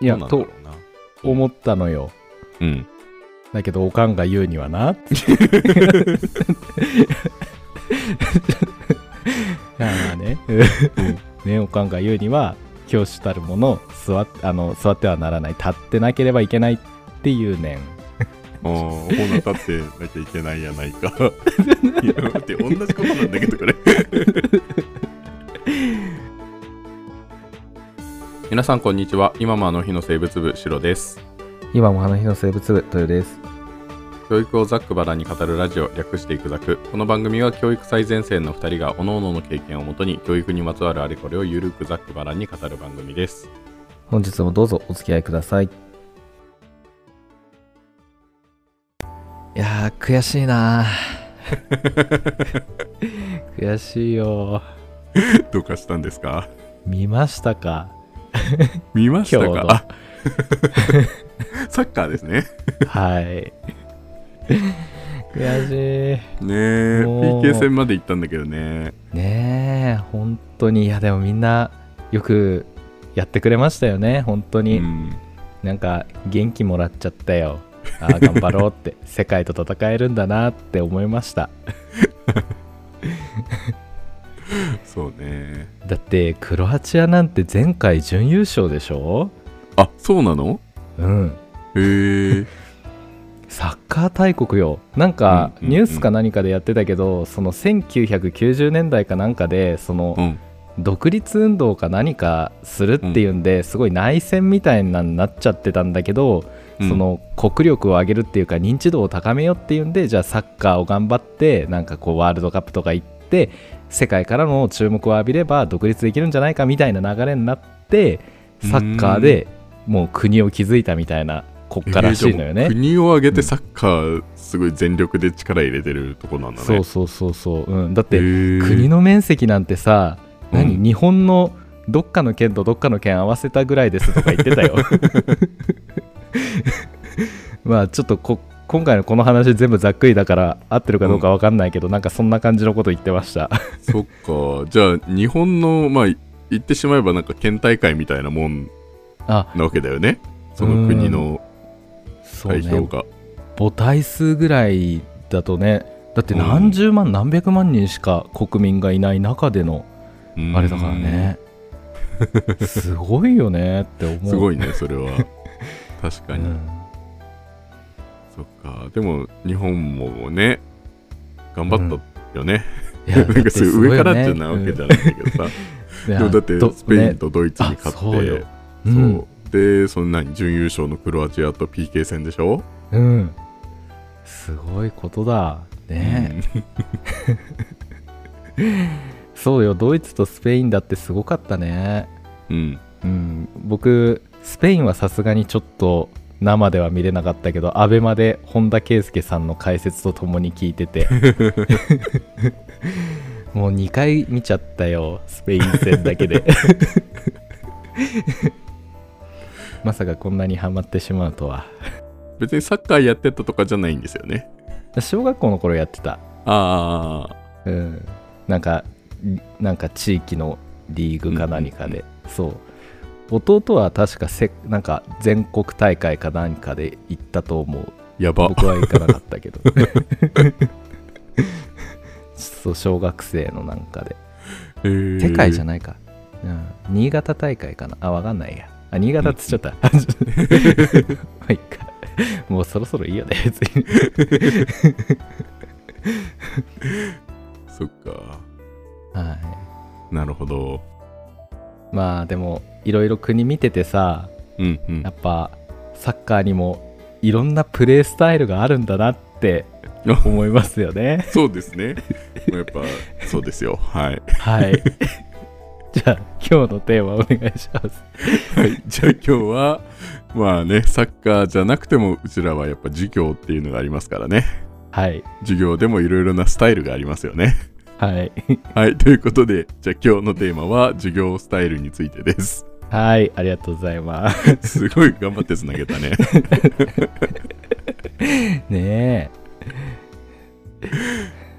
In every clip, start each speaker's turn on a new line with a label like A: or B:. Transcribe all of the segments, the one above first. A: いや、
B: どうなんだ
A: と
B: ろうな
A: 思ったのよ。
B: うん
A: だけど、おかんが言うには な。まあね、ね、おかんが言うには、教師たるもの、座っあの座ってはならない、立ってなければいけないっていうねん。
B: ああ、ほな立ってなきゃいけないやない か。いや、待って、同じことなんだけど、これ。 皆さん、こんにちは。今もあの日の生物部、シロです。
C: 今も花火の生物部、豊です。
B: 教育をざっくばらんに語るラジオ、略していくざく。この番組は教育最前線の2人が、各々の経験をもとに、教育にまつわるあれこれをゆるくざっくばらんに語る番組です。
C: 本日もどうぞお付き合いください。いやー、悔しいな
A: 悔しいよ。
B: どうかしたんですか
A: 見ましたか
B: 見ま
A: したか
B: サッカーですね。
A: はい。悔し
B: ねえ
A: もう PK 戦
B: まで行ったんだけどね。
A: い。ねえ、本当に、いや、でもみんな、よくやってくれましたよね、本当に。
B: ん
A: なんか元気もらっちゃったよ。あー頑張ろうって 世界と戦えるんだなって思いました
B: そうね。
A: だってクロアチアなんて前回準優勝でしょ
B: あ、そうなの
A: うん
B: へえ。
A: サッカー大国よなんか
B: うんうん
A: ニ
B: うん
A: ュースか何かでやってたけど、その1990年代かなんかでその
B: うん。
A: 独立運動か何かするっていうんで、すごい内戦みたいなんなっちゃってたんだけど、
B: うん
A: その国力を上げるっていうか認知度を高めようっていうんでじゃあサッカーを頑張ってなんかこうワールドカップとか行って世界からの注目を浴びれば独立できるんじゃないかみたいな流れになってサッカーでもう国を築いたみたいな国家らしいのよ
B: えーじゃ
A: ね。
B: あもう国を挙げてサッカー、すごい全力で力入れてるとこなんだね。
A: そうそうそうそう、うん、だって国
B: 国
A: の面積なんてさ何、
B: うん
A: 日本のどっかの県とどっかの県合わせたぐらいですとか言ってた よまあちょっとこ今回のこの話全部ざっくりだから合ってるかどうかわかんないけど、なんかそんな感じのこと言ってました
B: そっか。じゃあ、日本の、まあ、言ってしまえば、なんか県大会みたいなもん
A: あ
B: なわけだよね。その国の
A: そう
B: 代表
A: ね
B: が。
A: 母体数ぐらいだとねだって
B: うん
A: 何十万、何百万人しか国民がいない中での
B: うーん
A: あれだから。 ねすごいよねって思う
B: す
A: い
B: ごいね、それは。確かに。そっか。でも、日本もね、頑張ったよね。
A: いや
B: なんかそういう上からってなわけじゃないんだけどさ。
A: いや
B: でもだって
A: ど
B: スペイ
A: ね
B: ンとドイツに勝って、
A: あそうよう
B: そうんでその何準優勝のクロアチアと PK 戦でしょ、
A: うんすごいことだね、そうよドイツとスペインだってすごかったね
B: うん、うん
A: うん僕スペインはさすがにちょっと生では見れなかったけどアベマで本田圭佑さんの解説とともに聞いて てもう2回見ちゃったよスペイン戦だけ でまさかこんなにハマってしまうとは
B: 別にサッカーやってたとかじゃないんですよね
A: 小学校の頃やってた
B: ああ
A: うん、なんかりなんか地域のリーグか何かで、そう弟は確かせなんか全国大会か何かで行ったと思う
B: やば
A: 僕は行かなかったけど そう小学生のなんかで世界じゃ
B: ない
A: ないか、うん、新潟大会かなあわかんないやあ新潟っつっちゃった まあいっかもうそろそろいいよね別に
B: そっか
A: はい
B: なるほど
A: まあでもいろいろ国見ててさ
B: うんうん。
A: やっぱサッカーにもいろんなプレースタイルがあるんだなって思いますよね
B: そうですねもうやっぱそうですよはい、
A: はい。 じゃあ今日のテーマお願いします。
B: はい、 じゃあ今日はまあねサッカーじゃなくてもうちらはやっぱ授業っていうのがありますからね
A: はい。
B: 授業でもいろいろなスタイルがありますよね
A: はい。
B: はい、ということで、じゃあ今日のテーマは授業スタイルについてです。
A: はい。ありがとうございます。
B: すごい頑張ってつなげたね。
A: ねえ。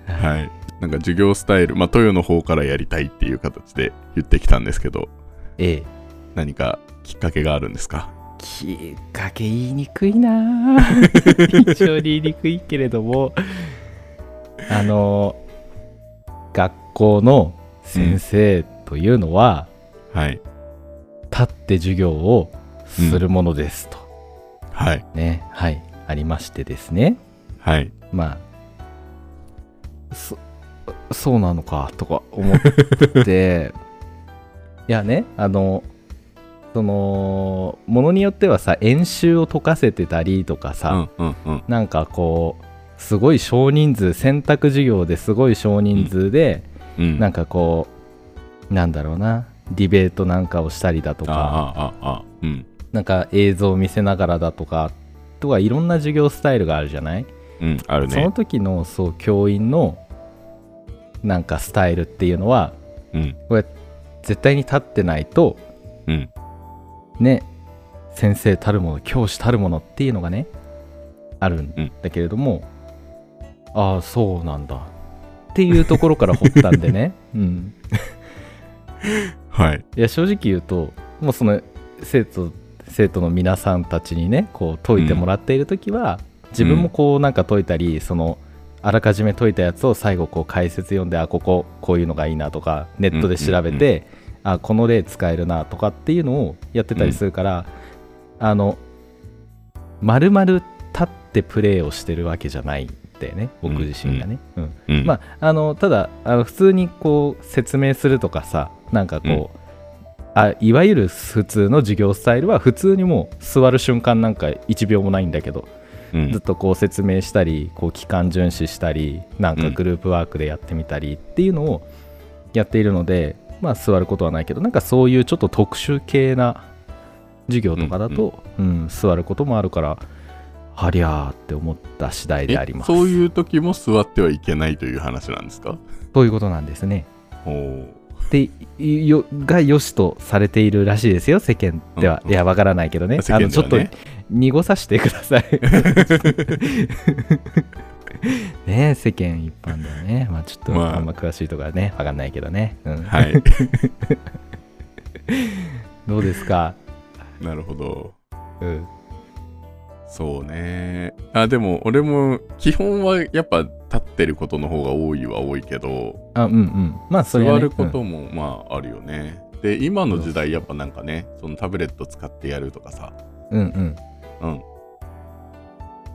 B: はい。なんか授業スタイル、まあ、豊の方からやりたいっていう形で言ってきたんですけど、
A: ええ。
B: 何かきっかけがあるんですか
A: きっかけ言いにくいな ぁ非常に言いにくいけれどもあの学校の先生というのは、
B: はい。
A: 立って授業をするものですと、
B: はい。
A: ねはいありましてですね
B: はい。
A: まあそそうなのかとか思って いやねあのそのものによってはさ演習を解かせてたりとか
B: う
A: さ、
B: んうんうん。
A: なんかこうすごい少人数選択授業ですごい少人数で、
B: うん。
A: なん
B: か、
A: かこうなんだろうなディベートなんかをしたりだと
B: あ
A: か
B: あ、ああ、ああ。うん。
A: なんか映像を見せながらだとかとかいろんな授業スタイルがあるじゃない、
B: うん。ある
A: その
B: ね。
A: 時のそう教員のなんかスタイルっていうのは
B: うん。
A: 絶対に立ってないと
B: うん。
A: ね先生たるもの教師たるものっていうのがねあるんだけれども、ああそうなんだっていうところから掘ったんで ね、うん、
B: はい。
A: いや正直言うともうその生徒生徒の皆さんたちにねこう解いてもらっている時は、自分もこうなんか解いたり、そのあらかじめ解いたやつを最後こう解説読んであこここういうのがいいなとかネットで調べて、あこの例使えるなとかっていうのをやってたりするから、あの丸々立ってプレーをしてるわけじゃないんだよね僕自身がね。うん
B: うん。
A: まあ、あのただあの普通にこう説明するとかさなんかこう、あいわゆる普通の授業スタイルは普通にもう座る瞬間なんか1秒もないんだけど、
B: うん
A: ずっとこう説明したりこう期間巡視したりなんかグループワークでやってみたりっていうのをやっているので、まあ座ることはないけどなんかそういうちょっと特殊系な授業とかだと、うん座ることもあるからありゃーって思った次第であります
B: えそういう時も座ってはいけないという話なんですか
A: そういうことなんですね
B: おー
A: ってよが良しとされているらしいですよ世間では、
B: うんうん
A: いやわからないけどね
B: 世
A: あ
B: 間で
A: のちょ
B: はね
A: っと濁させてください ねえ世間一般ではねまあちょっと
B: まあ
A: あんま詳しいとかねわかんないけどね、うん
B: はい。
A: どうですか、
B: なるほど。
A: うん、
B: そうね。あ、でも俺も基本はやっぱ立ってることの方が多いは多いけど、
A: あうんうんまあそ
B: 座
A: れは、ね、
B: るこ
A: う
B: と
A: ん
B: もまああるよね。で、今の時代やっぱなんかね、そのタブレット使ってやるとかさ、
A: うんうん
B: うん。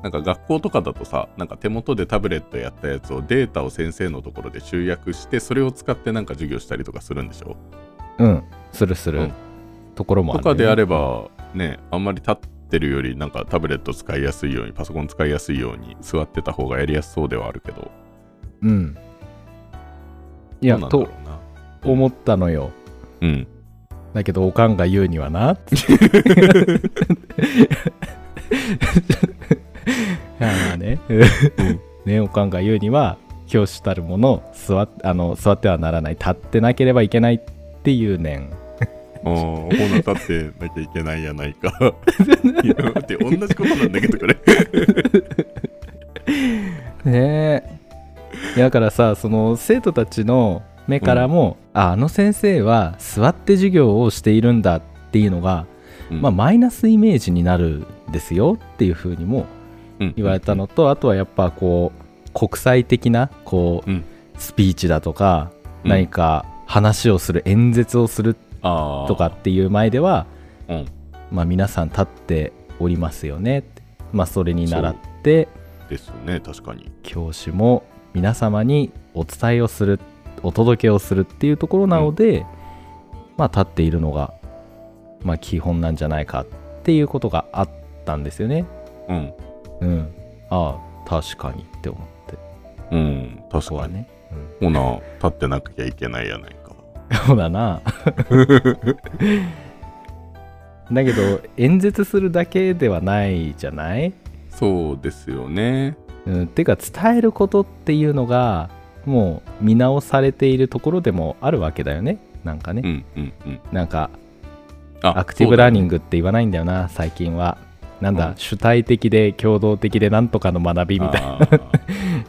B: なんか学校とかだとさ、なんか手元でタブレットやったやつをデータを先生のところで集約して、それを使ってなんか授業したりとかするんでしょ
A: うんするする、
B: うん
A: ところもあ
B: と
A: る、
B: かであれ、ばねあんまり立ってるよりなんかタブレット使いやすいようにパソコン使いやすいように座ってた方がやりやすそうではあるけど
A: うん、い
B: い
A: や
B: なんだろ
A: と
B: うな
A: 思ったのよ
B: うん
A: だけどおかんが言うにはなまあね,、ねおかんが言うには教師たるもの座っあの座ってはならない立ってなければいけないっていうね
B: あーほな立ってなきゃいけないやないか いや待って同じことなんだけ どこれ
A: んねえいやだからさその生徒たちの目からも、ああの先生は座って授業をしているんだっていうのが、まあ、マイナスイメージになるんですよっていうふうにも言われたのとあとはやっぱこう国際的なこう、
B: うん
A: スピーチだとか、
B: うん
A: 何か話をする演説をすると
B: と
A: かっていう前では
B: うん
A: まあ、皆さん立っておりますよねって、まあ、それに倣って
B: ですね確かに
A: 教師も皆様にお伝えをするお届けをするっていうところなので、まあ立っているのが、まあ、基本なんじゃないかっていうことがあったんですよね。
B: うん
A: うん、ああ確かにって思って。
B: うん
A: こ
B: 確
A: こ
B: か
A: は
B: に
A: ね。
B: ほな立ってなきゃいけないやないか
A: そうだな。 だけど演説するだけではないじゃない、
B: そうですよね
A: うん、っていうか伝えることっていうのがもう見直されているところでもあるわけだよねなんか
B: う
A: ね、
B: んうんうん
A: なんか
B: あ
A: アクティブラーニン
B: グ
A: グって言わないんだよな最近は。なんだ、
B: うん
A: 主体的で共同的でなんとかの学びみたい
B: たいな
A: な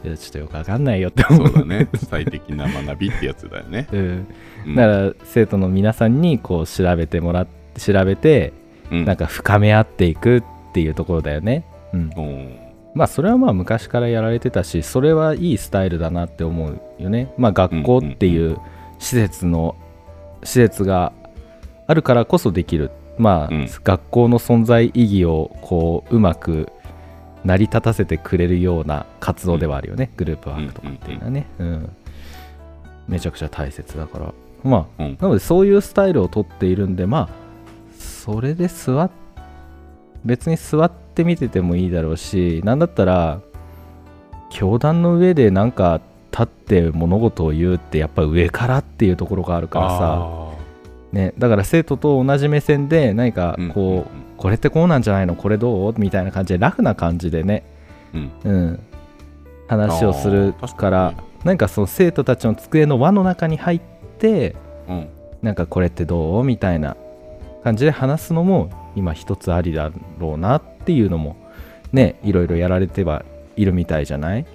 A: いやちょっとよくわかんないよって思
B: そううだね。 主体的な学びってやつだよね。
A: うん
B: うん
A: だから生徒の皆さんにこう調べてもらって調べて
B: うん
A: なんか深め合っていくっていうところだよね。うん、
B: うん
A: まあそれはまあ昔からやられてたしそれはいいスタイルだなって思うよね。まあ学校っていう施設の施設があるからこそできる、まあ
B: うん
A: 学校の存在意義をこううまく成り立たせてくれるような活動ではあるよね、グループワークとかっていうのはね、うん、めちゃくちゃ大切だからまあ
B: うん
A: なのでそういうスタイルをとっているんでまあそれで座っ別に座って見ててもいいだろうしなんだったら教団の上でなんか立って物事を言うってやっぱ上からっていうところがあるからさ、ね、だから生徒と同じ目線で何か
B: あー
A: こう、これってこうなんじゃないのこれどうみたいな感じでラフな感じでね、
B: うんうん
A: うん、話をする
B: あー確
A: か
B: からにね
A: なんかその生徒たちの机の輪の中に入って
B: うんうん
A: なんかこれってどうみたいな感じで話すのも今一つありだろうなっていうのもねいろいろやられてはいるみたいじゃない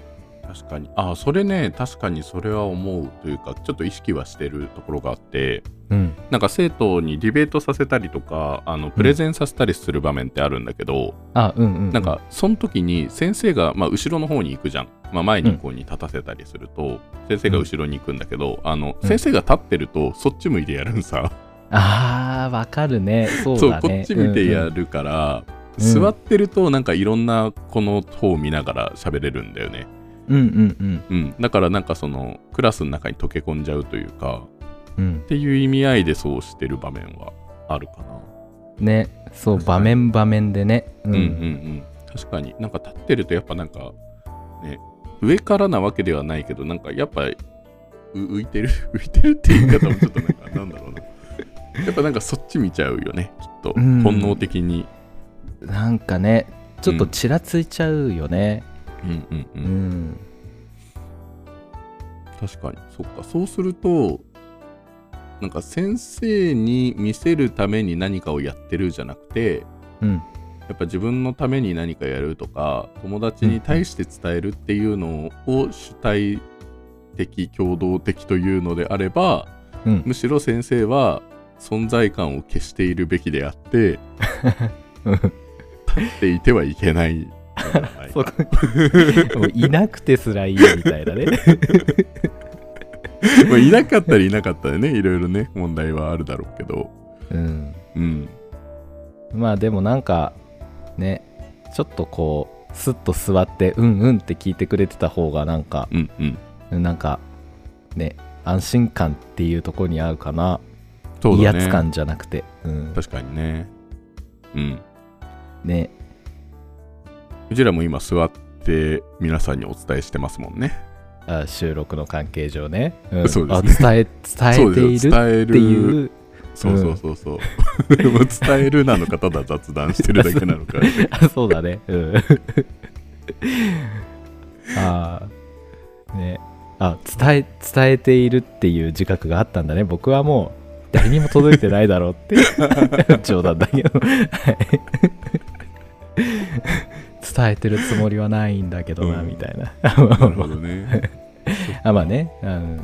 B: 確かにあーそれね確かにそれは思うというかちょっと意識はしてるところがあって
A: うん
B: なんか生徒にディベートさせたりとかあのプレゼンさせたりする場面ってあるんだけど、
A: あうんうん
B: なんかその時に先生が、まあ、後ろの方に行くじゃん、まあ、前にこうに立たせたりすると、先生が後ろに行くんだけどあの
A: うん
B: 先生が立ってるとそっち向いてやるんさ、
A: あーわかるねそう
B: そう
A: だね
B: こっち見てやるから、座ってるとなんかいろんなこの方を見ながら喋れるんだよね、
A: うんうんうん
B: うん、だからなんかそのクラスの中に溶け込んじゃうというか
A: うん
B: っていう意味合いでそうしてる場面はあるかな。
A: うんねそう
B: 確か
A: 場
B: に
A: 面場面でねう
B: うんうんうん、確かになんか立ってるとやっぱなんか、ね、上からなわけではないけどなんかやっぱう浮いてる 浮いてるっていう言い方もちょっとなんかなんだろうなやっぱなんかそっち見ちゃうよねきっと
A: うん
B: 本能的に。
A: なんかねちょっとちらついちゃうよね
B: うんうんう
A: うんん
B: 確かにそっかそうするとなんか先生に見せるために何かをやってるじゃなくて
A: うん
B: やっぱ自分のために何かやるとか友達に対して伝えるっていうのを主体的共同的というのであれば
A: うん
B: むしろ先生は存在感を消しているべきであって
A: うん
B: 立っていてはいけな いのではない
A: そうもういなくてすらいいみたいなね
B: まあいなかったりいなかったでねいろいろね問題はあるだろうけど
A: うん
B: うん
A: まあでもなんかねちょっとこうスッと座ってうんうんって聞いてくれてた方がなんか
B: うんうん
A: なんかね安心感っていうところに合うかな、
B: そう
A: 威
B: だね
A: 圧感じゃなくて、うん、
B: 確かにねうん
A: ね
B: うちらも今座って皆さんにお伝えしてますもんね
A: あ収録の関係上ね、うん
B: そうです
A: あ伝え伝えてい
B: そ
A: るっ
B: うですよ伝え
A: ていう
B: そうそうそうそう。でも伝えるなのか、ただ雑談してるだけなのか。
A: あ そうだね。うん。 ああ。ね。あ、伝え、伝えているっていう自覚があったんだね。僕はもう、誰にも届いてないだろう って。冗談だけど。はい 伝えてるつもりはないんだけどな、
B: うん
A: みたいな。
B: なるほどね。
A: あ、まあね。うん
B: うんうんうん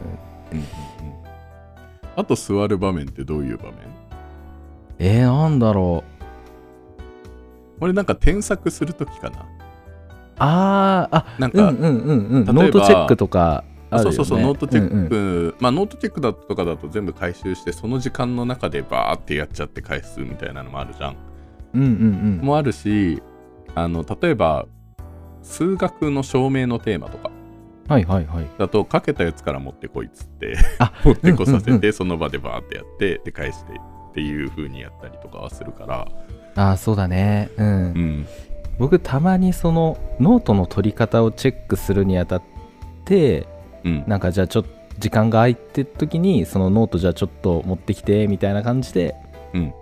B: あと座る場面ってどういう場面
A: えー、なんだろう。
B: 俺なんか添削するときかな。
A: あーあ、
B: なん
A: うん
B: か、
A: うんうんうん。
B: 例えば
A: ノートチェックとかあるよ、ね。
B: そうそうそう、ノートチェ
A: うんう
B: ッ
A: ん
B: ク、まあノートチェックだとかだと全部回収して、その時間の中でバーってやっちゃって回数みたいなのもあるじゃん。
A: うんうんうん。
B: もあるし、あの例えば、数学の証明のテーマとか
A: はいはいはい。
B: だと、かけたやつから持ってこいっつって、
A: あ
B: 持ってこさせて、
A: うんうん
B: その場でバーってやってで返してっていう風にやったりとかはするから、
A: ああ、そうだね。うん
B: うん、
A: 僕たまにそのノートの取り方をチェックするにあたって
B: うん
A: なんかじゃあちょっと時間が空いてる時にそのノートじゃあちょっと持ってきてみたいな感じで、
B: うん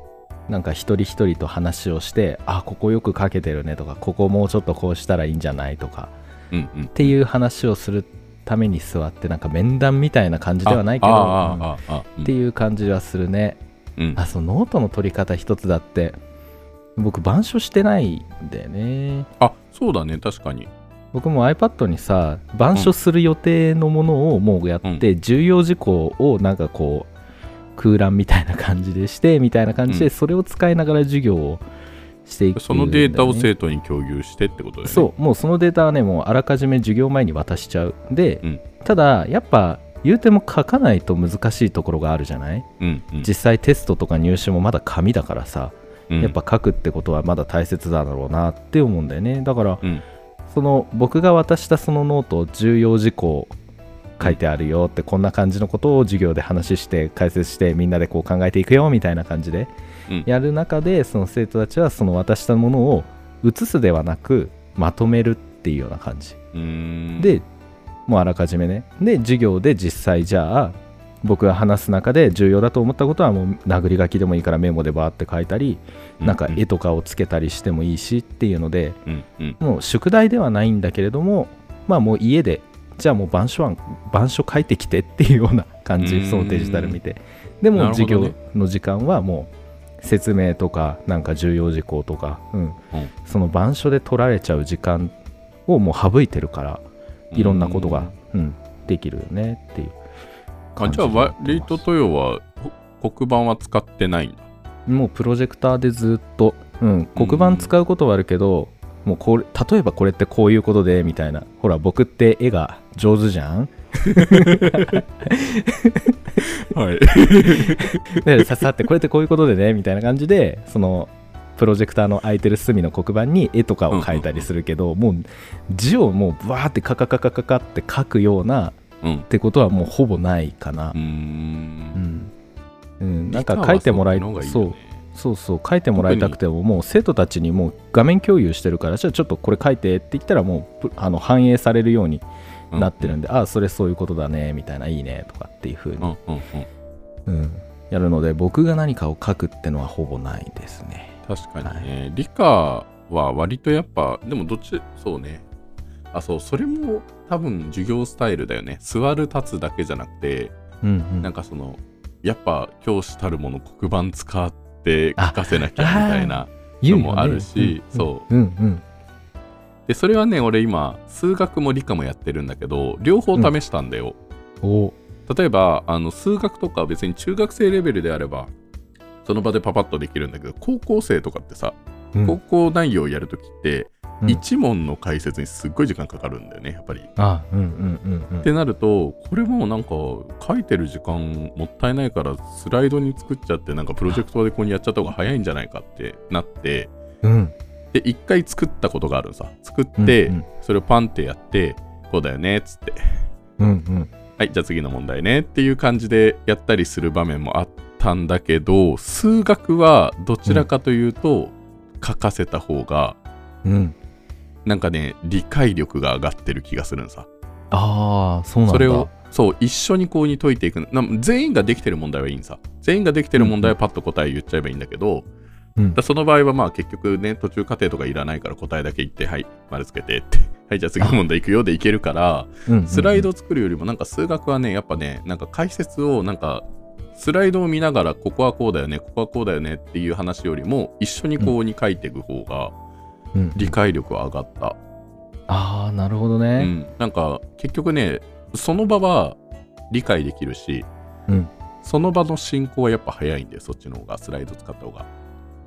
A: なんか一人一人と話をしてあここよく書けてるねとかここもうちょっとこうしたらいいんじゃないとか
B: うんうんっ
A: っていう話をするために座ってなんか面談みたいな感じではないけどうんっ
B: ああああああ
A: ていう感じはするね
B: うん
A: あそうノートの取り方一つだって僕板書してないんだよね
B: あそうだね確かに
A: 僕も iPad にさ板書する予定のものをもうやって、重要事項をなんかこう空欄みたいな感じでしてみたいな感じ
B: う
A: で
B: ん
A: それを使いながら授業をしていくんだよね、
B: そのデータを生徒に共有してってことだよね。
A: そうもうそのデータはねもうあらかじめ授業前に渡しちゃうで、
B: うん
A: ただやっぱ言うても書かないと難しいところがあるじゃない
B: うんうん。
A: 実際テストとか入試もまだ紙だからさ、
B: うん
A: やっぱ書くってことはまだ大切だろうなって思うんだよねだから、
B: うん
A: その僕が渡したそのノート重要事項書いてあるよってこんな感じのことを授業で話して解説してみんなでこう考えていくよみたいな感じで
B: うん
A: やる中でその生徒たちはその渡したものを写すではなくまとめるっていうような感じ
B: うーん、
A: でもうあらかじめねで授業で実際じゃあ僕が話す中で重要だと思ったことはもう殴り書きでもいいからメモでバーって書いたりなんか
B: う
A: 絵とかをつけたりしてもいいしっていうので
B: うんうん
A: もう宿題ではないんだけれどもまあもう家でじゃあもう板書案板書書いてきてっていうような感
B: う
A: じ
B: ーん
A: そのデジタル見てでも
B: なるほ
A: 授
B: どね
A: 業の時間はもう説明とかなんか重要事項とか、うんその板書で取られちゃう時間をもう省いてるからいろんなことが、うんできるよねっていう
B: あ
A: 感じ
B: じゃあ
A: になってます
B: 割と豊はほ黒板は使ってないんだ。
A: もうプロジェクターでずっと、うん、黒板使うことはあるけど、もうこれ例えばこれってこういうことでみたいなほら僕って絵が上手じゃん
B: はい。
A: だからさ さってこれってこういうことでねみたいな感じでそのプロジェクターの空いてる隅の黒板に絵とかを描いたりするけど、もう字をもうブワーってカカカカカカって書くような
B: うん
A: っ。てことはもうほぼないかな
B: うー、。
A: うんんうん、なんか書いてもらえ
B: 理科はそ
A: そううそうそう書いてもらいたくてももう生徒たちにもう画面共有してるからじゃあちょっとこれ書いてって言ったらもうぷあの反映されるように
B: いうのがいいよね
A: なってるんで、ああそれそういうことだねみたいないいねとかっていう風
B: うん
A: に、
B: うんうんうん
A: うんやるので僕が何かを書くってのはほぼないですね
B: 確かにね、理科は割とやっぱでもどっちそうねあそうそれも多分授業スタイルだよね座る立つだけじゃなくて
A: うんうん
B: なんかそのやっぱ教師たるもの黒板使って書かせなきゃみたいな
A: 言うよね
B: のもあるし
A: うんうん
B: そう
A: うんうん
B: でそれはね俺今数学も理科もやってるんだけど両方試したんだよ、
A: お
B: 例えばあの数学とかは別に中学生レベルであればその場でパパッとできるんだけど高校生とかってさ
A: うん
B: 高校内容をやるときって、
A: うん
B: 一問の解説にすっごい時間かかるんだよねやっぱり。っ
A: あうんうんうんうん
B: てなるとこれもなんか書いてる時間もったいないからスライドに作っちゃってなんかプロジェクトでこうやっちゃった方が早いんじゃないかってなって
A: うん
B: で一回作ったことがあるのさ作って、
A: うんうん
B: それをパンってやってこうだよねっつって
A: うんうん
B: はい、じゃあ次の問題ねっていう感じでやったりする場面もあったんだけど、数学はどちらかというと、書かせた方が、
A: うん
B: なんかね、理解力が上がってる気がするんさ。
A: ああそうなんだ
B: それを、そう、一緒にこうに解いていくの。なん全員ができてる問題はいいんさ。全員ができてる問題はパッと答え言っちゃえばいいんだけど、
A: うん
B: だその場合はまあ結局ね、途中過程とかいらないから答えだけ言って、はい、丸つけてって。はい、じゃあ次の問題いくよでいけるから、
A: うんうんうん
B: スライドを作るよりもなんか数学はねやっぱねなんか解説をなんかスライドを見ながらここはこうだよねここはこうだよねっていう話よりも一緒にこうに書いていく方が
A: うん
B: 理解力は上がった、
A: ああなるほど
B: うん
A: ね
B: なんか結局ねその場は理解できるし、
A: うん
B: その場の進行はやっぱ早いんでそっちの方がスライド使った方が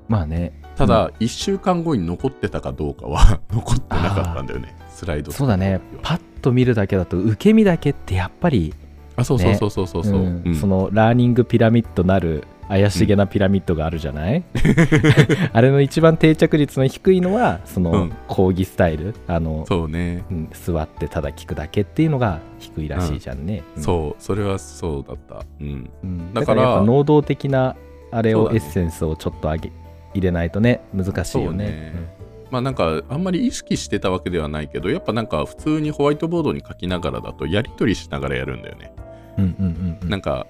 A: まあね
B: ただ1週間後に残ってたかどうかは 残ってなかったんだよねスライド使
A: そう
B: った
A: だ
B: 時は
A: ねパッと見るだけだと受け身だけってやっぱり
B: あそうそうそうそうそうそう、
A: うん
B: うん
A: そのラーニングピラミッドなる怪しげなピラミッドがあるじゃ ない、あれの一番定着率の低いのはその、
B: うん
A: 講義スタイルあの
B: そうね
A: うん座ってただ聞くだけっていうのが低いらしいじゃんね、うん
B: そう、それはそうだった。うん。
A: うんだ
B: だ
A: か
B: からら
A: やっぱ能動的なあれを
B: そう、だ
A: エ
B: ね
A: ッセンスをちょっと上げ入れないとね難しいよね
B: そうねまあなんか、あんまり意識してたわけではないけど、やっぱなんか普通にホワイトボードに書きながらだと、やり取りしながらやるんだよね。
A: うんうんうんうんうん
B: なんか、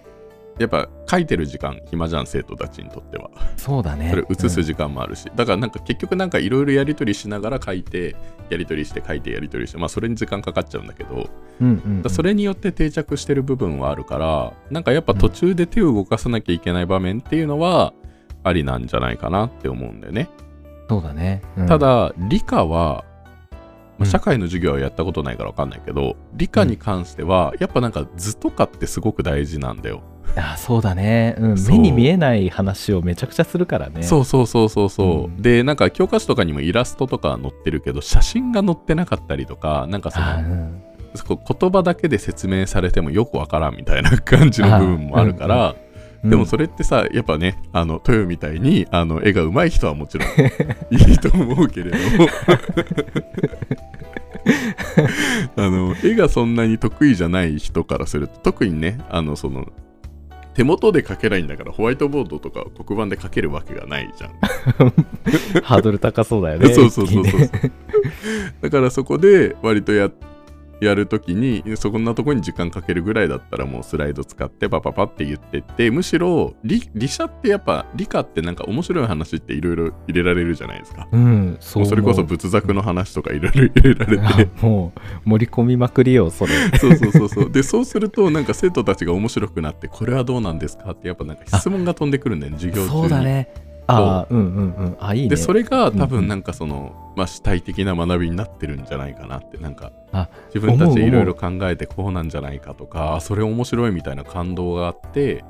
B: やっぱ書いてる時間、暇じゃん、生徒たちにとっては。
A: そうだね
B: それ写す
A: うん
B: 時間もあるし、だからなんか結局なんかいろいろやり取りしながら書いて、やり取りして書いてやり取りして、まあそれに時間かかっちゃうんだけど、
A: うんうん
B: だそれによって定着してる部分はあるからなんかやっぱ途中で手を動かさなきゃいけない場面っていうのはありなんじゃないかなって思うんだよね。
A: そうだね、うん
B: ただ理科
A: う
B: は、まあ
A: ん
B: 社会の授業はやったことないから分かんないけど、理科に関してはやっぱなんか図とかってすごく大事なんだよ。
A: あそうだね、うん、
B: そう
A: 目に見えない話をめちゃくちゃするからね
B: そうそうそうそうそう、
A: うん
B: でなんか教科書とかにもイラストとか載ってるけど写真が載ってなかったりとかなんかそ
A: あ
B: の
A: うん
B: そこ言葉だけで説明されてもよくわからんみたいな感じの部分もあるか
A: う
B: ら、
A: ん
B: でもそれってさやっぱねあのトヨみたいにあの絵が上手い人はもちろ んいいと思うけれどあの絵がそんなに得意じゃない人からすると特にねあのその手元で描けないんだからホワイトボードとか黒板で描けるわけがないじゃん。
A: ハードル高そうだよね
B: そうそうそう
A: 一気
B: そ
A: に
B: う
A: ね
B: だからそこで割とややるときにそこんなとこに時間かけるぐらいだったらもうスライド使ってパパパって言ってってむしろ理理社ってやっぱ理科ってなんか面白い話っていろいろ入れられるじゃないですか。
A: うんそ
B: もう
A: う
B: それこそ
A: ぶ
B: 仏作の話とかいろいろ入れられ て
A: もう盛り込みまくりよ それ
B: そうそうそうそうでそうするとなんか生徒たちが面白くなってこれはどうなんですかってやっぱなんか質問が飛んでくるんだよね授業中に。
A: そうだねあーうんうんうんあいいね
B: でそ
A: れ
B: れが多
A: うんう
B: 分
A: ん
B: なんかその、まあ、主体的な学びになってるんじゃないかなってなんか
A: あ
B: 自分たち
A: 思う思
B: で
A: う
B: いろいろ考えてこうなんじゃないかとかあそれ面白いみたいな感動があって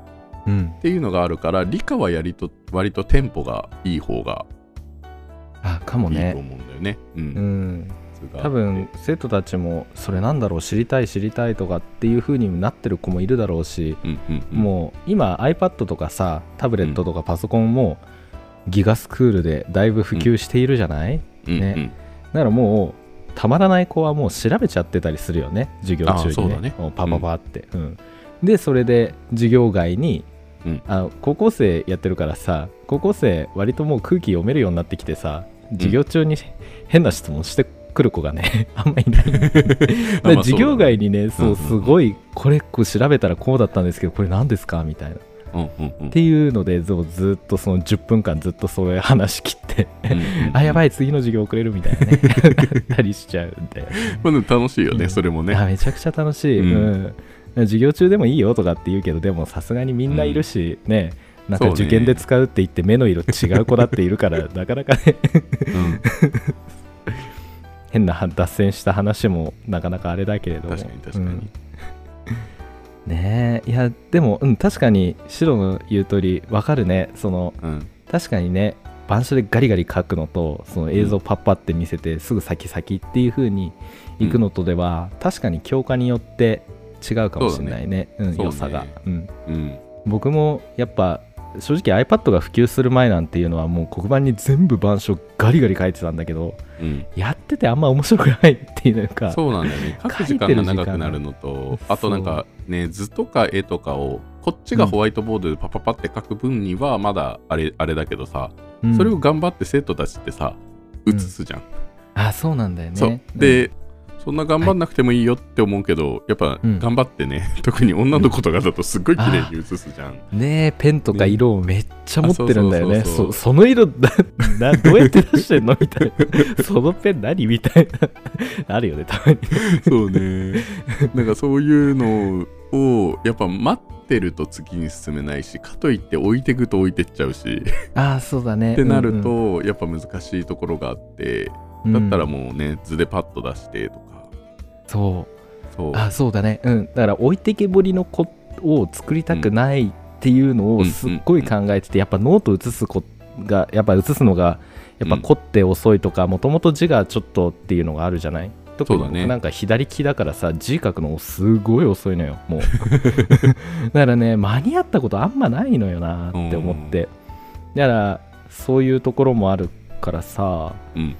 A: うん
B: っていうのがあるから理科はやりと割とテンポがいい方が
A: あかも
B: いいと
A: ね
B: 思うんだよね。う
A: うんん
B: それが
A: 多
B: あって
A: 分生徒たちもそれなんだろう知りたい知りたいとかっていう風になってる子もいるだろうし、
B: うんうんうん
A: もう今 iPad とかさタブレットとかパソコンもギガスクールでだいぶ普及しているじゃない、
B: うんうん
A: ねだからもうたまらない子はもう調べちゃってたりするよね授業
B: あ
A: 中
B: そう
A: に
B: だ
A: ね
B: ね
A: もうパパパって、うんでそれで授業外に、
B: うん
A: あの高校生やってるからさ高校生割ともう空気読めるようになってきてさ授業中に変な質問してくる子がね あんまり いない
B: あまあ
A: で授業外にね
B: そうだ
A: そ
B: ね
A: うすごいこれこう調べたらこうだったんですけどこれ何ですかみたいなっ
B: うんうんうん
A: ていうのでそうずっとその10分間ずっとそれ話切って
B: うんうん
A: あやば
B: い、
A: い次の授業遅れるみたいなねなったりしちゃうんで、
B: まあ、でも楽しいよね、
A: うん
B: それもね
A: あめちゃくちゃ楽しい、
B: う
A: うんん授業中でもいいよとかって言うけどでもさすがにみんないるし、ねなんか
B: そうね
A: 受験で使うって言って目の色違う子だっているからなかなかね
B: うん
A: 変な脱線した話もなかなかあれだけれども
B: 確かに確かに、
A: うんねえいやでも、うん、確かに白の言う通りわかるねその
B: うん
A: 確かにね板書でガリガリ書くのとその映像パッパって見せてすぐ先先っていう風に行くのとでは、確かに教科によって違うかもしれないねうん
B: そうね
A: 良さが、うん、
B: うん
A: 僕もやっぱ正直 iPad が普及する前なんていうのはもう黒板に全部板書ガリガリ書いてたんだけど
B: うん
A: やっててあんま面白くないっていうか
B: そうなんだよね。 書く時間が長くなるのと、あとなんかね、図とか絵とかを、こっちがホワイトボードでパパパって書く分にはまだあれあれだけどさ、
A: うん
B: それを頑張って生徒たちってさ、
A: うん
B: 写すじゃん。
A: あそうなんだよね
B: そう。で、そんな頑張んなくてもいいよって思うけど、やっぱ
A: うん
B: 頑張ってね、 特に女の子とかだとすっごい綺麗に写すじゃん。
A: ねえペンとか色をめっちゃ持ってるんだよ
B: あ
A: ね
B: そうそうそうそう
A: そその色 だなどうやって出してんのみたいな そのペン何みたいなあるよねたまに
B: そうね。 なんかそういうのを、やっぱ待ってると次に進めないし、かといって置いてくと置いてっちゃうし。
A: ああそうだね
B: ってなると、、やっぱ難しいところがあって、だったら
A: う
B: もうね図でパッと出してとか
A: そう
B: そう
A: あそうだねうんだから置いてけぼりの子を作りたくないっていうの
B: う
A: を
B: ん
A: すっごい考えててやっぱノート写す子がやっぱ写すのがやっぱ凝って遅いとかもともと字がちょっとっていうのがあるじゃない特に
B: そうだね
A: 僕なんか左利きだからさ字書くのすごい遅いのよもう だからね間に合ったことあんまないのよなって思ってだからそういうところもあるからさ、
B: うん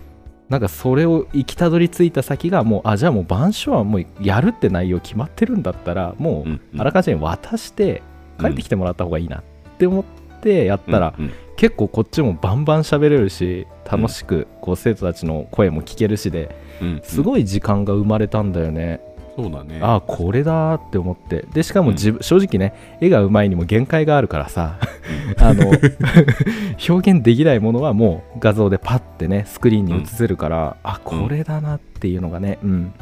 A: なんかそれを行きたどり着いた先がもうあじゃあもう板書はもうやるって内容決まってるんだったらも
B: うんう
A: うんあらかじめ渡して帰ってきてもらった方がいいなって思ってやったら
B: うんうん
A: 結構こっちもバンバン喋れるし楽しくこう生徒たちの声も聞けるしで
B: うんうん
A: すごい時間が生まれたんだよね、
B: そうだね
A: ああこれだーって思ってでしかも自分、正直ね絵がうまいにも限界があるからさ あの表現できないものはもう画像でパッてねスクリーンに映せるから、あこれだなっていうのがねうん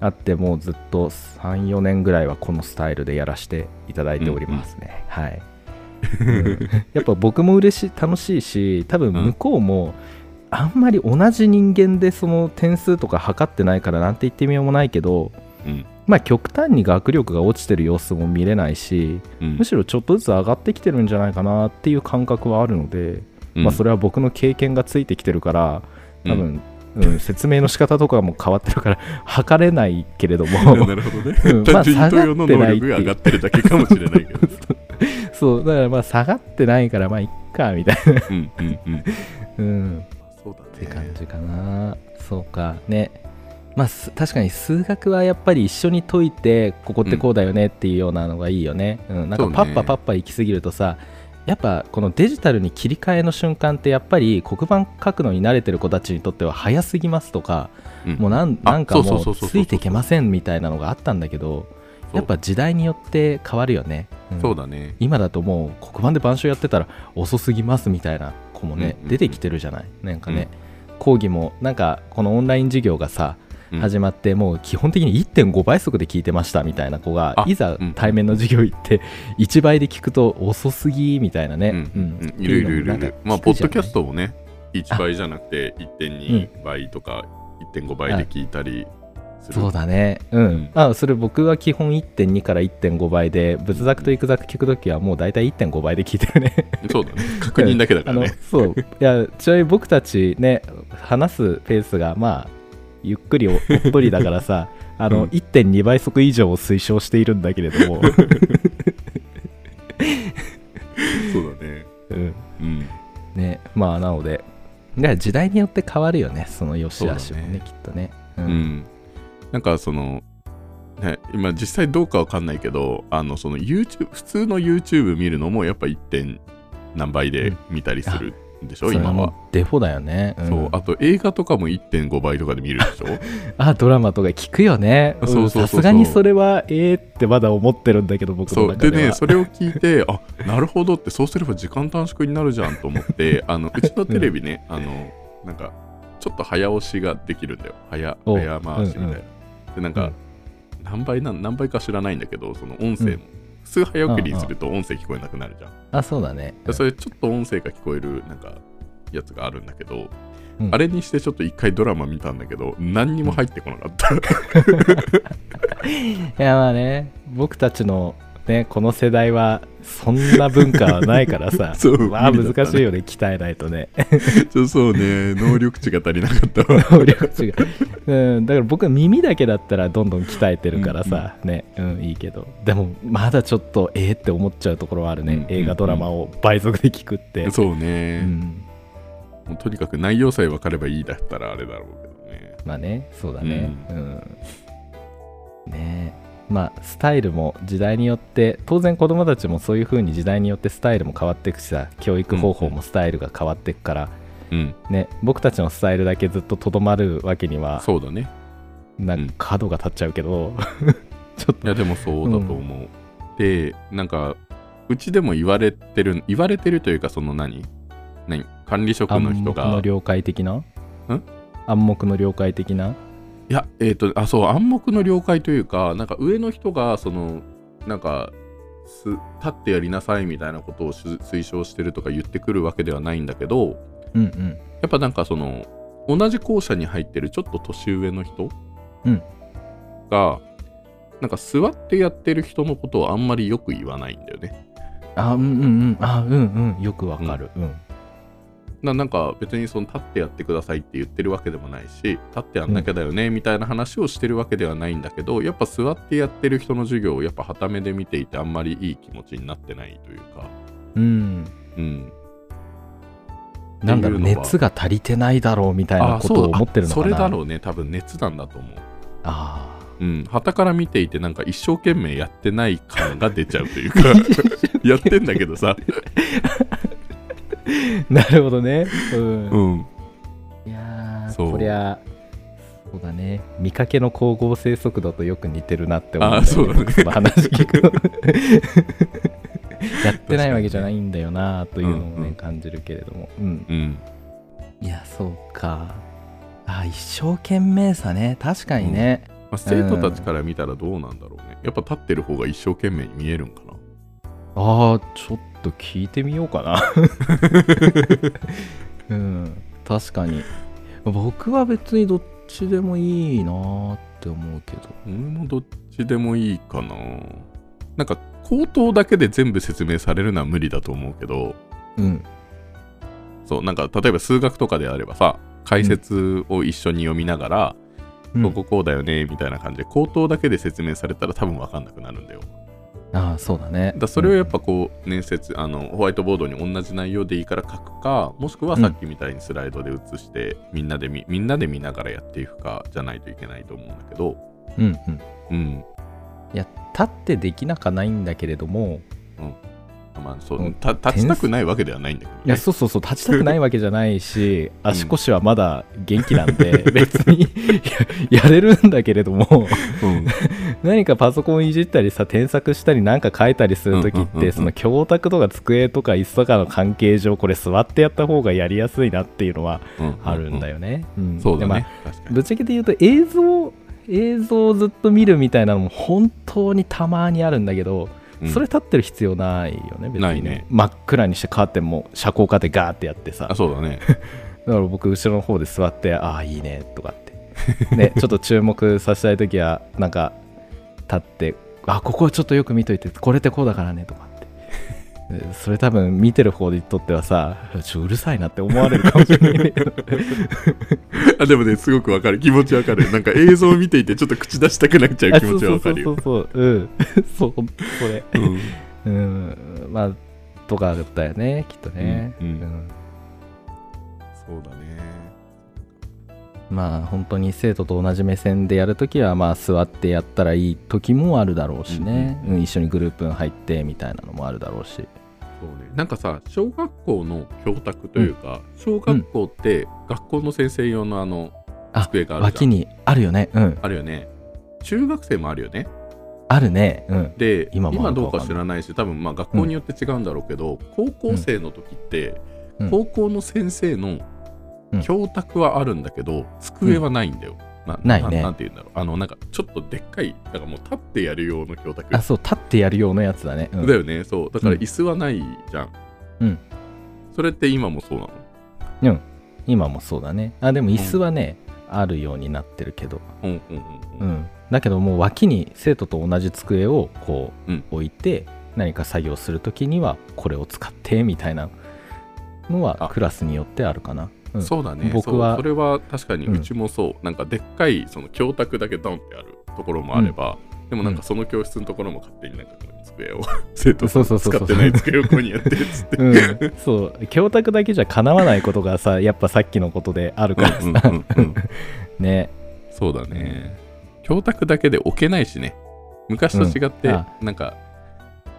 A: あってもうずっと34年ぐらいはこのスタイルでやらせていただいておりますね、はいうんやっぱ僕も嬉しい楽しいし多分向こうもあんまり同じ人間でその点数とか測ってないからなんて言ってみようもないけど
B: うん
A: まあ、極端に学力が落ちてる様子も見れないし
B: うん
A: むしろちょっとずつ上がってきてるんじゃないかなっていう感覚はあるので、
B: うん
A: まあ、それは僕の経験がついてきてるから多分、うん説明の仕方とかも変わってるから 測れないけれど
B: う
A: も
B: ん なるほどね
A: うん。ま
B: 単
A: あ
B: 純に東洋の能力が上がってるだけかもしれないけど。
A: そうだからまあ下がってないからまあいっかみたいな、
B: うんうん う
A: う
B: ん。
A: ん、っ
B: そうだ
A: て
B: ね。
A: 感じかな、そうかねまあす確かに数学はやっぱり一緒に解いてここってこうだよねっていうようなのがいいよね、うんなん
B: そ
A: か
B: うね
A: パッパパッパ行き過ぎるとさやっぱこのデジタルに切り替えの瞬間ってやっぱり黒板書くのに慣れてる子たちにとっては早すぎますとか、
B: うん
A: もうなん
B: あ
A: なんか
B: そう
A: も
B: そう
A: う
B: そうそうそうそう
A: ついていけませんみたいなのがあったんだけど
B: そう
A: やっぱ時代によって変わるよね、うん
B: そうだね。
A: 今だともう黒板で板書やってたら遅すぎますみたいな子もね、
B: うんうんうん
A: 出てきてるじゃないなんかね、講義もなんかこのオンライン授業がさ、
B: うん
A: 始まってもう基本的に1.5倍速で聞いてましたみたいな子が
B: あ
A: いざ
B: うん
A: 対面の授業行って1倍で聞くと遅すぎみたいなね、
B: うん
A: うん
B: うんいるいるいるい
A: ってうのもなん
B: る
A: か。
B: まあ、
A: 聞
B: ポ
A: く
B: ッ
A: じゃ
B: ド
A: ない
B: キャストもね、1倍じゃなくて1.2倍とか1.5倍で聞いたりする。
A: そうだねうん、
B: ん
A: あそれ僕は基本1.2から1.5倍で仏作と育作聞くときはもう大体1.5倍で聞いてるね
B: そうだね。確認だけだか
A: あ
B: ら
A: の
B: ね。
A: そういやちなみに僕たちね話すペースがまあゆっくりおおっとりだからさあの、
B: うん
A: 1.2倍速以上を推奨しているんだけれど も、
B: そうだね。
A: うん
B: うん。
A: ねまあなのでだから時代によって変わるよねその良し悪しもね
B: そうだね
A: きっとね、うん
B: うん、なんかその、ね、今実際どうかわかんないけどあのその YouTube 普通の YouTube 見るのもやっぱ 1. 点何倍で見たりするんでしょ、
A: それ
B: 今
A: も
B: は
A: う。デフォだよね、うん
B: そうあと映画とかも1.5倍とかで見るでしょ
A: あドラマとか聞くよね
B: そうそうそうそう
A: さすがにそれはええってまだ思ってるんだけど僕
B: そ
A: の
B: う
A: 中
B: で
A: で
B: ね
A: は
B: それを聞いてあなるほどってそうすれば時間短縮になるじゃんと思って あのうちのテレビね、あのなんかちょっと早押しができるんだよ早
A: お
B: 早回しみたいな、
A: うんうん
B: でなん
A: う
B: か、
A: ん
B: 何倍なん何倍か知らないんだけどその音声も、
A: うん
B: 普通早送りにすると音声聞こえなくなるじゃん、
A: あそうだね
B: でそれちょっと音声が聞こえるなんかやつがあるんだけど、
A: うん
B: あれにしてちょっと一回ドラマ見たんだけど何にも入ってこなかった、
A: いやまあね僕たちのねこの世代はそんな文化はないからさ
B: そう
A: まあ
B: 無理だったね
A: 難しいよね鍛えないとね
B: ちょ そうね能力値が足りなかったわ
A: 能力値がうんだから僕は耳だけだったらどんどん鍛えてるからさ、ねうんいいけどでもまだちょっとええって思っちゃうところはあるね、
B: うんうんうん
A: 映画ドラマを倍速で聞くって
B: そう
A: う
B: ね、
A: ん
B: もうとにかく内容さえ分かればいいだったらあれだろうけどね
A: まあねそうだねうん、ねえまあスタイルも時代によって当然子供たちもそういう風に時代によってスタイルも変わっていくしさ教育方法もスタイルが変わっていくから、
B: うん
A: ね、僕たちのスタイルだけずっととどまるわけには
B: そうだね
A: なんか角が立っちゃうけど、ちょっ
B: い
A: と
B: やでもそうだと思う、でなんかうちでも言われてる言われてるというかその何何管理職の
A: 暗
B: 人
A: 黙
B: が
A: の了解的な暗黙の了解的ない
B: や、えっ、と、あ、そう、暗黙の了解というか、なんか上の人が、その、なんか、す立ってやりなさいみたいなことをし推奨してるとか言ってくるわけではないんだけど、
A: うんうん
B: やっぱなんかその、同じ校舎に入ってるちょっと年上の人
A: うん
B: が、なんか座ってやってる人のことをあんまりよく言わないんだよね。
A: あうんうんうんあうんうんよくわかるうん
B: ななんか別にその立ってやってくださいって言ってるわけでもないし、立ってやんなきゃだよねみたいな話をしてるわけではないんだけど、やっぱ座ってやってる人の授業をやっぱ傍目で見ていてあんまりいい気持ちになってないというか、
A: うん
B: うん。
A: なんだろう
B: っていうのは
A: 熱が足りてないだろうみたいなことを思ってるのかな
B: あそれだ
A: う
B: ろうね、多分熱なんだと思う。
A: あ
B: うん、旗から見ていてなんか一生懸命やってない感が出ちゃうというか やってんだけどさ、
A: ーなるほどねうん、
B: うん、
A: いや
B: そ
A: ー
B: う
A: こりゃそうだね見かけの光合成速度とよく似てるなって思うん
B: あーそう
A: よ
B: だ
A: ね
B: ね
A: その 話聞くとやってないわけじゃないんだよなというのをね、
B: うんうん
A: 感じるけれども、うん、
B: うん、
A: いやそうかあー一生懸命さね確かにね、
B: まあ生徒たちから見たらどうなんだろうね、やっぱ立ってる方が一生懸命に見えるんかな
A: ああちょっと聞いてみようかな うん確かに僕は別にどっちでもいいなーっって思うけど
B: 俺もどっちでもいいかな。なんか、口頭だけで全部説明されるのは無理だと思うけど、
A: うん
B: そう、なんか、例えば数学とかであればさ、解説を一緒に読みながら、
A: うん
B: こここうだよね、みたいな感じで、口頭だけで説明されたら多分分かんなくなるんだよ。
A: ああそうだね
B: だからそれをやっぱこう、面接、あの、ホワイトボードに同じ内容でいいから書くか、もしくはさっきみたいにスライドで写して、みんなで見、みんなで見ながらやっていくか、じゃないといけないと思うんだけど、
A: うんうん
B: うん。
A: 立ってできなかないんだけれども
B: まあ、そうう、
A: ん
B: た立ちたくないわけではないんだけど、ね。
A: いやそうそうそう立ちたくないわけじゃない し足腰はまだ元気なんで、別に ややれるんだけれども
B: うん
A: 何かパソコンいじったりさ添削したりなんか書いたりするときって、
B: うんうんうんうん
A: その教託とか机とか椅子とかの関係上これ座ってやった方がやりやすいなっていうのは あるんだ
B: よ。
A: よね。うん
B: そうだ
A: でまあ
B: ね。確かに。
A: ぶっちゃけて言うと映像映像をずっと見るみたいなのも本当にたまにあるんだけど、
B: うん
A: それ立ってる必要ないよね別に
B: ないね
A: 真っ暗にしてカーテンも遮光カーテンガーってやってさ
B: あ、そうだね。
A: だから僕後ろの方で座ってああいいねとかって ねちょっと注目させたい時はなんか立ってあここはちょっとよく見といてこれってこうだからねとかってでそれ多分見てる方にとってはさちょうるさいなって思われるかもしれないけど
B: あ、でもね、すごくわかる。気持ちわかる。なんか映像を見ていて、ちょっと口出したくなっちゃう
A: あ
B: 気持ちはわかる
A: そ
B: よ
A: う。そうそうそう うんそうこれ
B: うん
A: うんまあとかだったよねきっとね、
B: うんうん
A: ん
B: そうだね。
A: まあ本当に生徒と同じ目線でやるときはまあ座ってやったらいい時もあるだろうしね、
B: うんうんうん
A: うん一緒にグループに入ってみたいなのもあるだろうし
B: そうね。なんかさ、小学校の教託というか、小学校って学校の先生用のあの、
A: あ
B: 机があるじ
A: 脇
B: ゃん。
A: にあるよねうん
B: あるよね。中学生もあるよね。
A: あるねうん
B: で
A: 今
B: 今
A: もあるか
B: どうか知らないし多分まあ学校によって違うんだろうけど、高校生の時って、
A: うん
B: 高校の先生の
A: うん
B: 教託はあるんだけど、机はないんだよ。な
A: ないね
B: んて言うんだろうあのなんかちょっとでっかいだからもう立ってやる用の教託
A: あそう立ってやるようなやつだね、うん
B: だよねそうだから
A: うん
B: 椅子はないじゃん。
A: うん
B: それって今もそうなの
A: 今もそうだねあでも椅子はね、あるようになってるけど
B: うんうん
A: う
B: う
A: ん
B: うん
A: んだけどもう脇に生徒と同じ机をこう
B: うん
A: 置いて、何か作業するときにはこれを使ってみたいなのは
B: あ
A: クラスによってあるかな、うん
B: そうだね
A: 僕は
B: そうそれは確かに
A: うん
B: うちもそう、なんかでっかいその教託だけドンってあるところもあれば、でもなんかその教室のところも勝手になんかこう机を生徒さ
A: そうそうんそう
B: 使
A: そう
B: ってない机をここにやってっつって。
A: うん、そう教託だけじゃかなわないことがさやっぱさっきのことであるから
B: うんうんうんうん
A: ね
B: そうだね。教託だけで置けないしね。昔と違って、
A: うんあ
B: なんか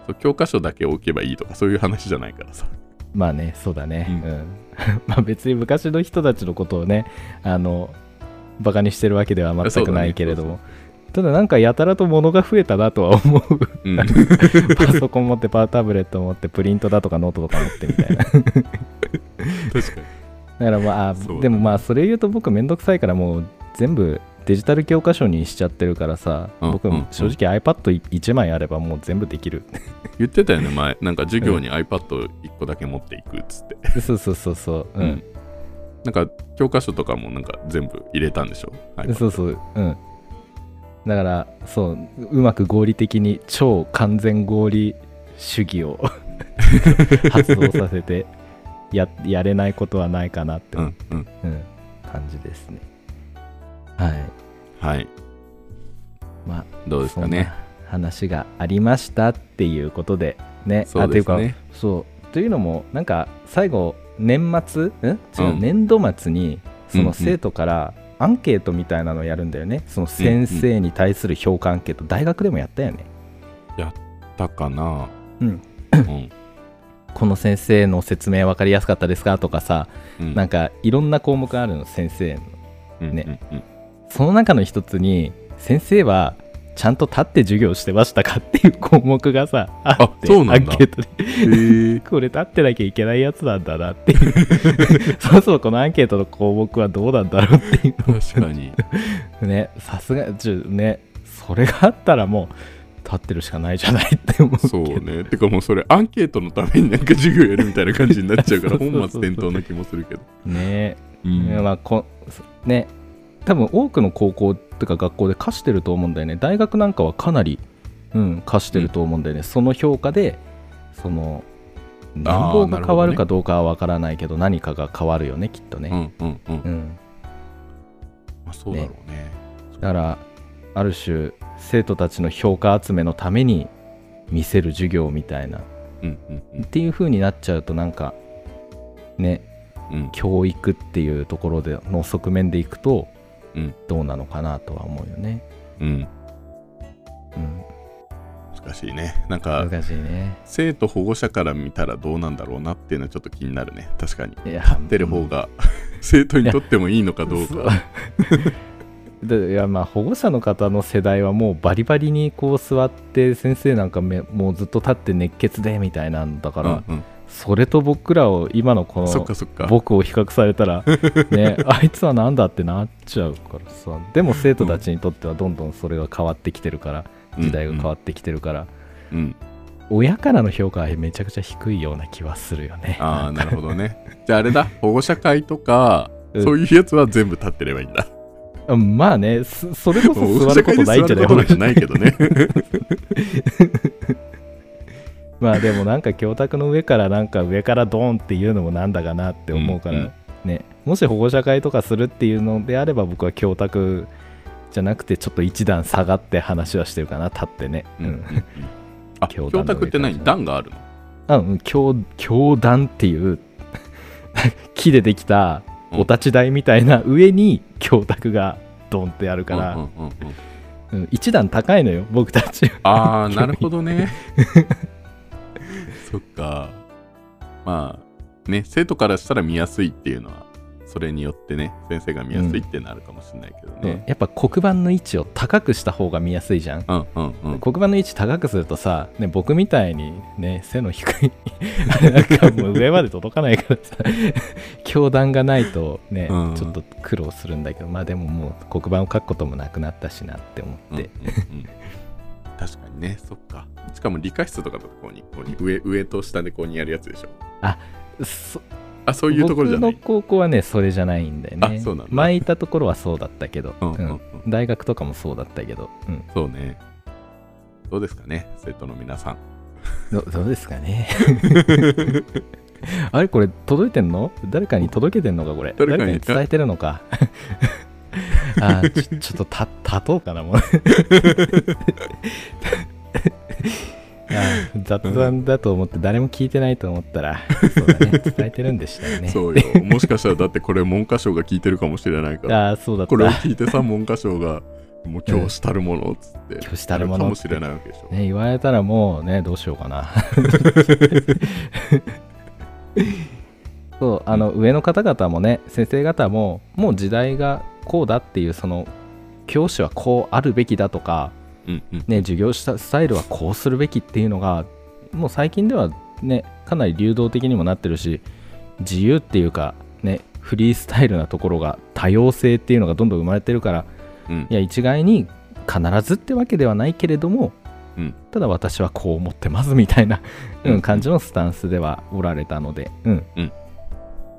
B: そう教科書だけ置けばいいとかそういう話じゃないからさ。
A: まあねそうだねう、
B: うん
A: まあ別に昔の人たちのことをねあのバカにしてるわけでは全くないけれども、ただなんかやたらと物が増えたなとは 思う
B: うん、
A: パソコン持ってパワータブレット持ってプリントだとかノートとか持ってみたいな だ
B: 確かに。
A: からまああ
B: そうだね
A: でもまあそれ言うと僕めんどくさいからもう全部デジタル教科書にしちゃってるからさ、
B: うん
A: 僕
B: うん
A: 正直 iPad1 枚あればもう全部できる
B: 言ってたよね、前。なんか授業に iPad1 個だけ持っていくっつって。
A: そうそうそうそう、う
B: うんんなんか教科書とかもなんか全部入れたんでしょ。iPad
A: そうそううんだからそううまく合理的に超完全合理主義を 発動させてややれないことはないかなって、
B: うんうん。
A: うん感じですねはい
B: はい。
A: まあ
B: どうです
A: そ
B: かね。
A: んな話がありましたっていうことでね
B: そう
A: あとい
B: で
A: う
B: す
A: か
B: ね。
A: そうというのもなんか最後年末ん違う、
B: うん
A: 年度末にそ
B: うんう
A: の
B: ん
A: 生徒からアンケートみたいなのをやるんだよねその先生に対する評価アンケート、大学でもやったよね
B: だ かな。
A: うん
B: うん。
A: この先生の説明分かりやすかったですかとかさ、
B: うん。
A: なんかいろんな項目あるの先生の
B: うん
A: ね。
B: うんうん
A: その中の一つに先生はちゃんと立って授業してましたかっていう項目がさあって
B: そうなんだ
A: アンケートで
B: へえ。
A: これ立ってなきゃいけないやつなんだなっていう そもそもこのアンケートの項目はどうなんだろうっていう
B: 確かに。
A: ねさすがちょねそれがあったらもう立ってるしかないじゃないって思うけど
B: そうね。てかもうそれアンケートのためになんか授業やるみたいな感じになっちゃうか
A: そ
B: ら
A: うそうそう
B: 本末転倒な気もするけど。
A: ね
B: うん
A: まあこね多分多くの高校とか学校で課してると思うんだよね大学なんかはかなり、うん、課してると思うんだよね、その評価でその年俸が変わるかどうかは分からないけど何かが変わるよねきっと
B: う
A: ね、
B: んうんうん。
A: うん、
B: まあ、そうだろうね。
A: だからある種生徒たちの評価集めのために見せる授業みたいなっ
B: うんうんうん
A: ていう風になっちゃうとなんかね
B: うん。
A: 教育っていうところでの側面でいくと
B: うん
A: どうなのかなとは思うよね、
B: うん。
A: うん、
B: 難しいね。なんか、
A: 難しいね
B: 生徒保護者から見たらどうなんだろうなっていうのはちょっと気になるね。確かに。
A: いや
B: 立ってる方が 生徒にとってもいいのかどう
A: そ
B: か。
A: う でいやまあ保護者の方の世代はもうバリバリにこう座って先生なんかめもうずっと立って熱血でみたいなんだから、
B: うんうん
A: それと僕らを今のこ
B: そっ
A: の
B: かそっか。
A: 僕を比較された ら、ね、あいつはなんだってなっちゃうからさでも生徒たちにとってはどんどんそれが変わってきてるから時代が変わ
B: っ
A: ってきてるから、
B: うんうん
A: 親からの評価はめちゃくちゃ低いような気はするよね。
B: ああ、なるほどね。じゃああれ だ、保護者会とか、
A: うん
B: そういうやつは全部立ってればいい んだ。
A: まあねそそれこ
B: もう
A: そ座ることないんじゃない
B: 保護者会で座ることなんてないけど ね。
A: まあでもなんか教託の上からなんか上からドーンっていうのもなんだかなって思うから、
B: うんうん
A: ねもし保護者会とかするっていうのであれば僕は教託じゃなくてちょっと一段下がって話はしてるかな立ってね、
B: う
A: うん
B: うんうんんあ、
A: 教
B: 教
A: 団の上から
B: 託って何段があるの
A: あうん、教教団っていう 木でできたお立ち台みたいな上に教託がドンってあるから、
B: うんうんうんうん
A: うん一段高いのよ僕たち
B: ああ、なるほどね。 そっか。まあ、ね、生徒からしたら見やすいっていうのは、それによってね、先生が見やすいってなるかもしれないけどね。
A: やっぱ黒板の位置を高くした方が見やすいじゃん
B: うんうんうん。
A: 黒板の位置高くするとさ、ね、僕みたいにね背の低 いあれなんかもう上まで届かないからさ教団がないとね、
B: うん
A: ちょっと苦労するんだけどまあでももう黒板を書くこともなくなったしなって思
B: うん
A: っ
B: うん
A: て、
B: うん確かにね、そっか。しかも理科室とかだとこうに、こうに上上と下でこうにやるやつでしょ。
A: そ
B: あ、そういうところじゃない。
A: 僕の高校はねそれじゃないんだよね
B: あそうなんだ
A: 前いたところはそうだったけど、
B: うんうんうん
A: うん大学とかもそうだったけど、うん、
B: そうね。どうですかね、生徒の皆さん。
A: どどうですかね あれこれ届いてんの誰かに届けてんのかこれ
B: 誰
A: 誰
B: か
A: か
B: に
A: に伝えてるの かあーちょちょっとた立とうかなもう あー雑談だと思って誰も聞いてないと思ったらそうだ ね伝えてるんでしたよね
B: そうよ。もしかしたらだってこれ文科省が聞いてるかもしれないから。
A: ああそうだっ
B: これを
A: た、
B: 聞いてさ、文科 省が、もう教師たるものっつって、
A: 教師たるもの
B: か
A: っ
B: も
A: て
B: しれないわけでしょ。
A: ね、言われたらもうねどうしようかなそうあの上の方々もね先生方ももう時代がこうだっていうその教師はこうあるべきだとか、
B: うんうん
A: ね、授業したスタイルはこうするべきっていうのがもう最近ではねかなり流動的にもなってるし自由っていうかねフリースタイルなところが多様性っていうのがどんどん生まれてるから
B: うん
A: いや一概に必ずってわけではないけれども、
B: うん
A: ただ私はこう思ってますみたいな、
B: うん
A: うん感じのスタンスではおられたので、うん
B: うん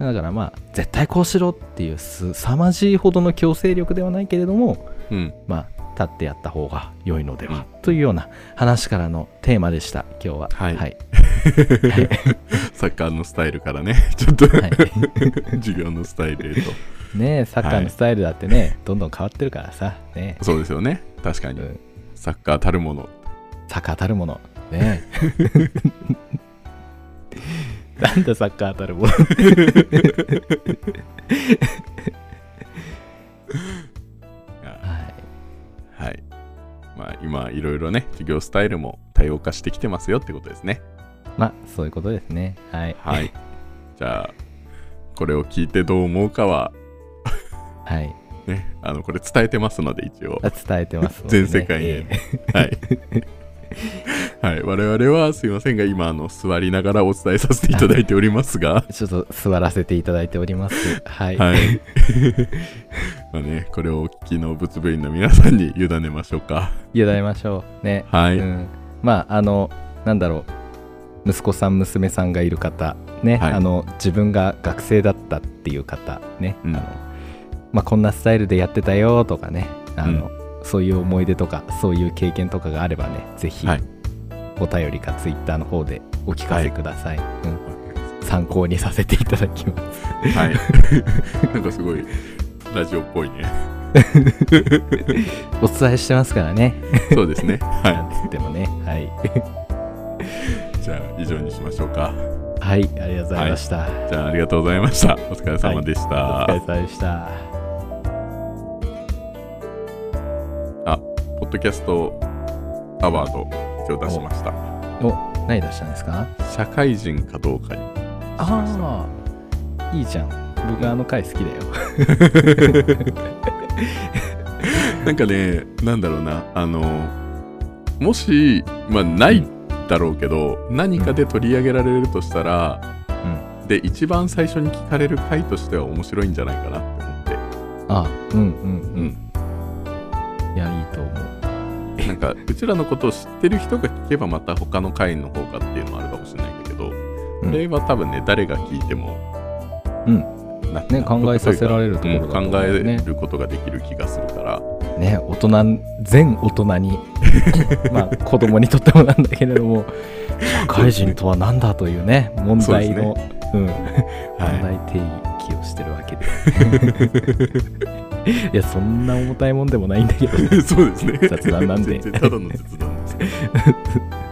A: だからまあ絶対こうしろっていうすさまじいほどの強制力ではないけれども
B: うん
A: まあ立ってやった方が良いのでは、
B: う
A: というような話からのテーマでした今日は
B: はい
A: はい、
B: サッカーのスタイルからね、 ちょっと、
A: はい
B: 授業のスタイルへと。
A: ねえサッカーのスタイルだってね、どんどん変わってるからさね
B: そうですよね。確か
A: え、
B: に
A: う。ん、
B: サッカーたるもの。
A: サッカーたるものねえ なんだサッカーたるもの
B: は
A: はい
B: い。まあ、今、いろいろね、授業スタイルも多様化してきてますよってことですね。
A: まあそういうことですねはい
B: はい。じゃあ、これを聞いてどう思うかは、
A: はい
B: ね、あの、これ伝えてますので、一応。
A: あ伝えてますのでね
B: 全世界へ
A: ええ
B: はい。はい、我々はすいませんが今あの座りながらお伝えさせていただいておりますが、
A: ちょっと座らせていただいておりますはい、
B: はい。 まあね、これをお聞きの仏部員の皆さんに委ねましょうか。
A: 委ねましょうね
B: はい。
A: うん、まああのなんだろう息子さん娘さんがいる方ね、
B: はい
A: あの自分が学生だったっていう方ね、
B: うん
A: あのまあ、こんなスタイルでやってたよとかね、あの、そういう思い出とかそういう経験とかがあればねぜひ
B: はい
A: お便りかツイッターの方でお聞かせください、うん参考にさせていただきます
B: はい。なんかすごい、ラジオっぽいね。
A: お伝えしてますからね
B: そうですね。
A: な
B: は
A: んつってもねはい、
B: い。じゃあ、以上にしましょうか。
A: はい、ありがとうございました、
B: じゃあ、ありがとうございました。お疲れ様でした。
A: お疲れ様でした
B: ポッドキャストアワード、一応出しました。
A: お何出したんですか
B: 社会人かどうかに。
A: ああいいじゃん僕あの回好きだよ
B: なんかね、なんだろうな、あの、もし、まあ、ないだろうけど、何かで取り上げられるとしたら、で、一番最初に聞かれる回としては面白いんじゃないかなって思っ
A: あうんうん
B: て、
A: うん、いやいいと思う
B: うん、なんか、うちらのことを知ってる人が聞けば、また他の回の方がっていうのもあるかもしれないんだけど、
A: うん
B: これは多分ね、誰が聞いても、
A: うん
B: な、
A: ね
B: 納得
A: 考えさせられる
B: という
A: と
B: か
A: ころだと
B: 考
A: 思うよね
B: えることができる気がする から、
A: ね大人全大人 にまあ子供にとってもなんだけれども社会人とは何だというね問題のう、 ん、
B: はい、
A: 問題定義をしてるわけで いやそんな重たいもんでもないんだけど
B: そうですね。
A: 雑談なんで
B: 全然ただの雑談です。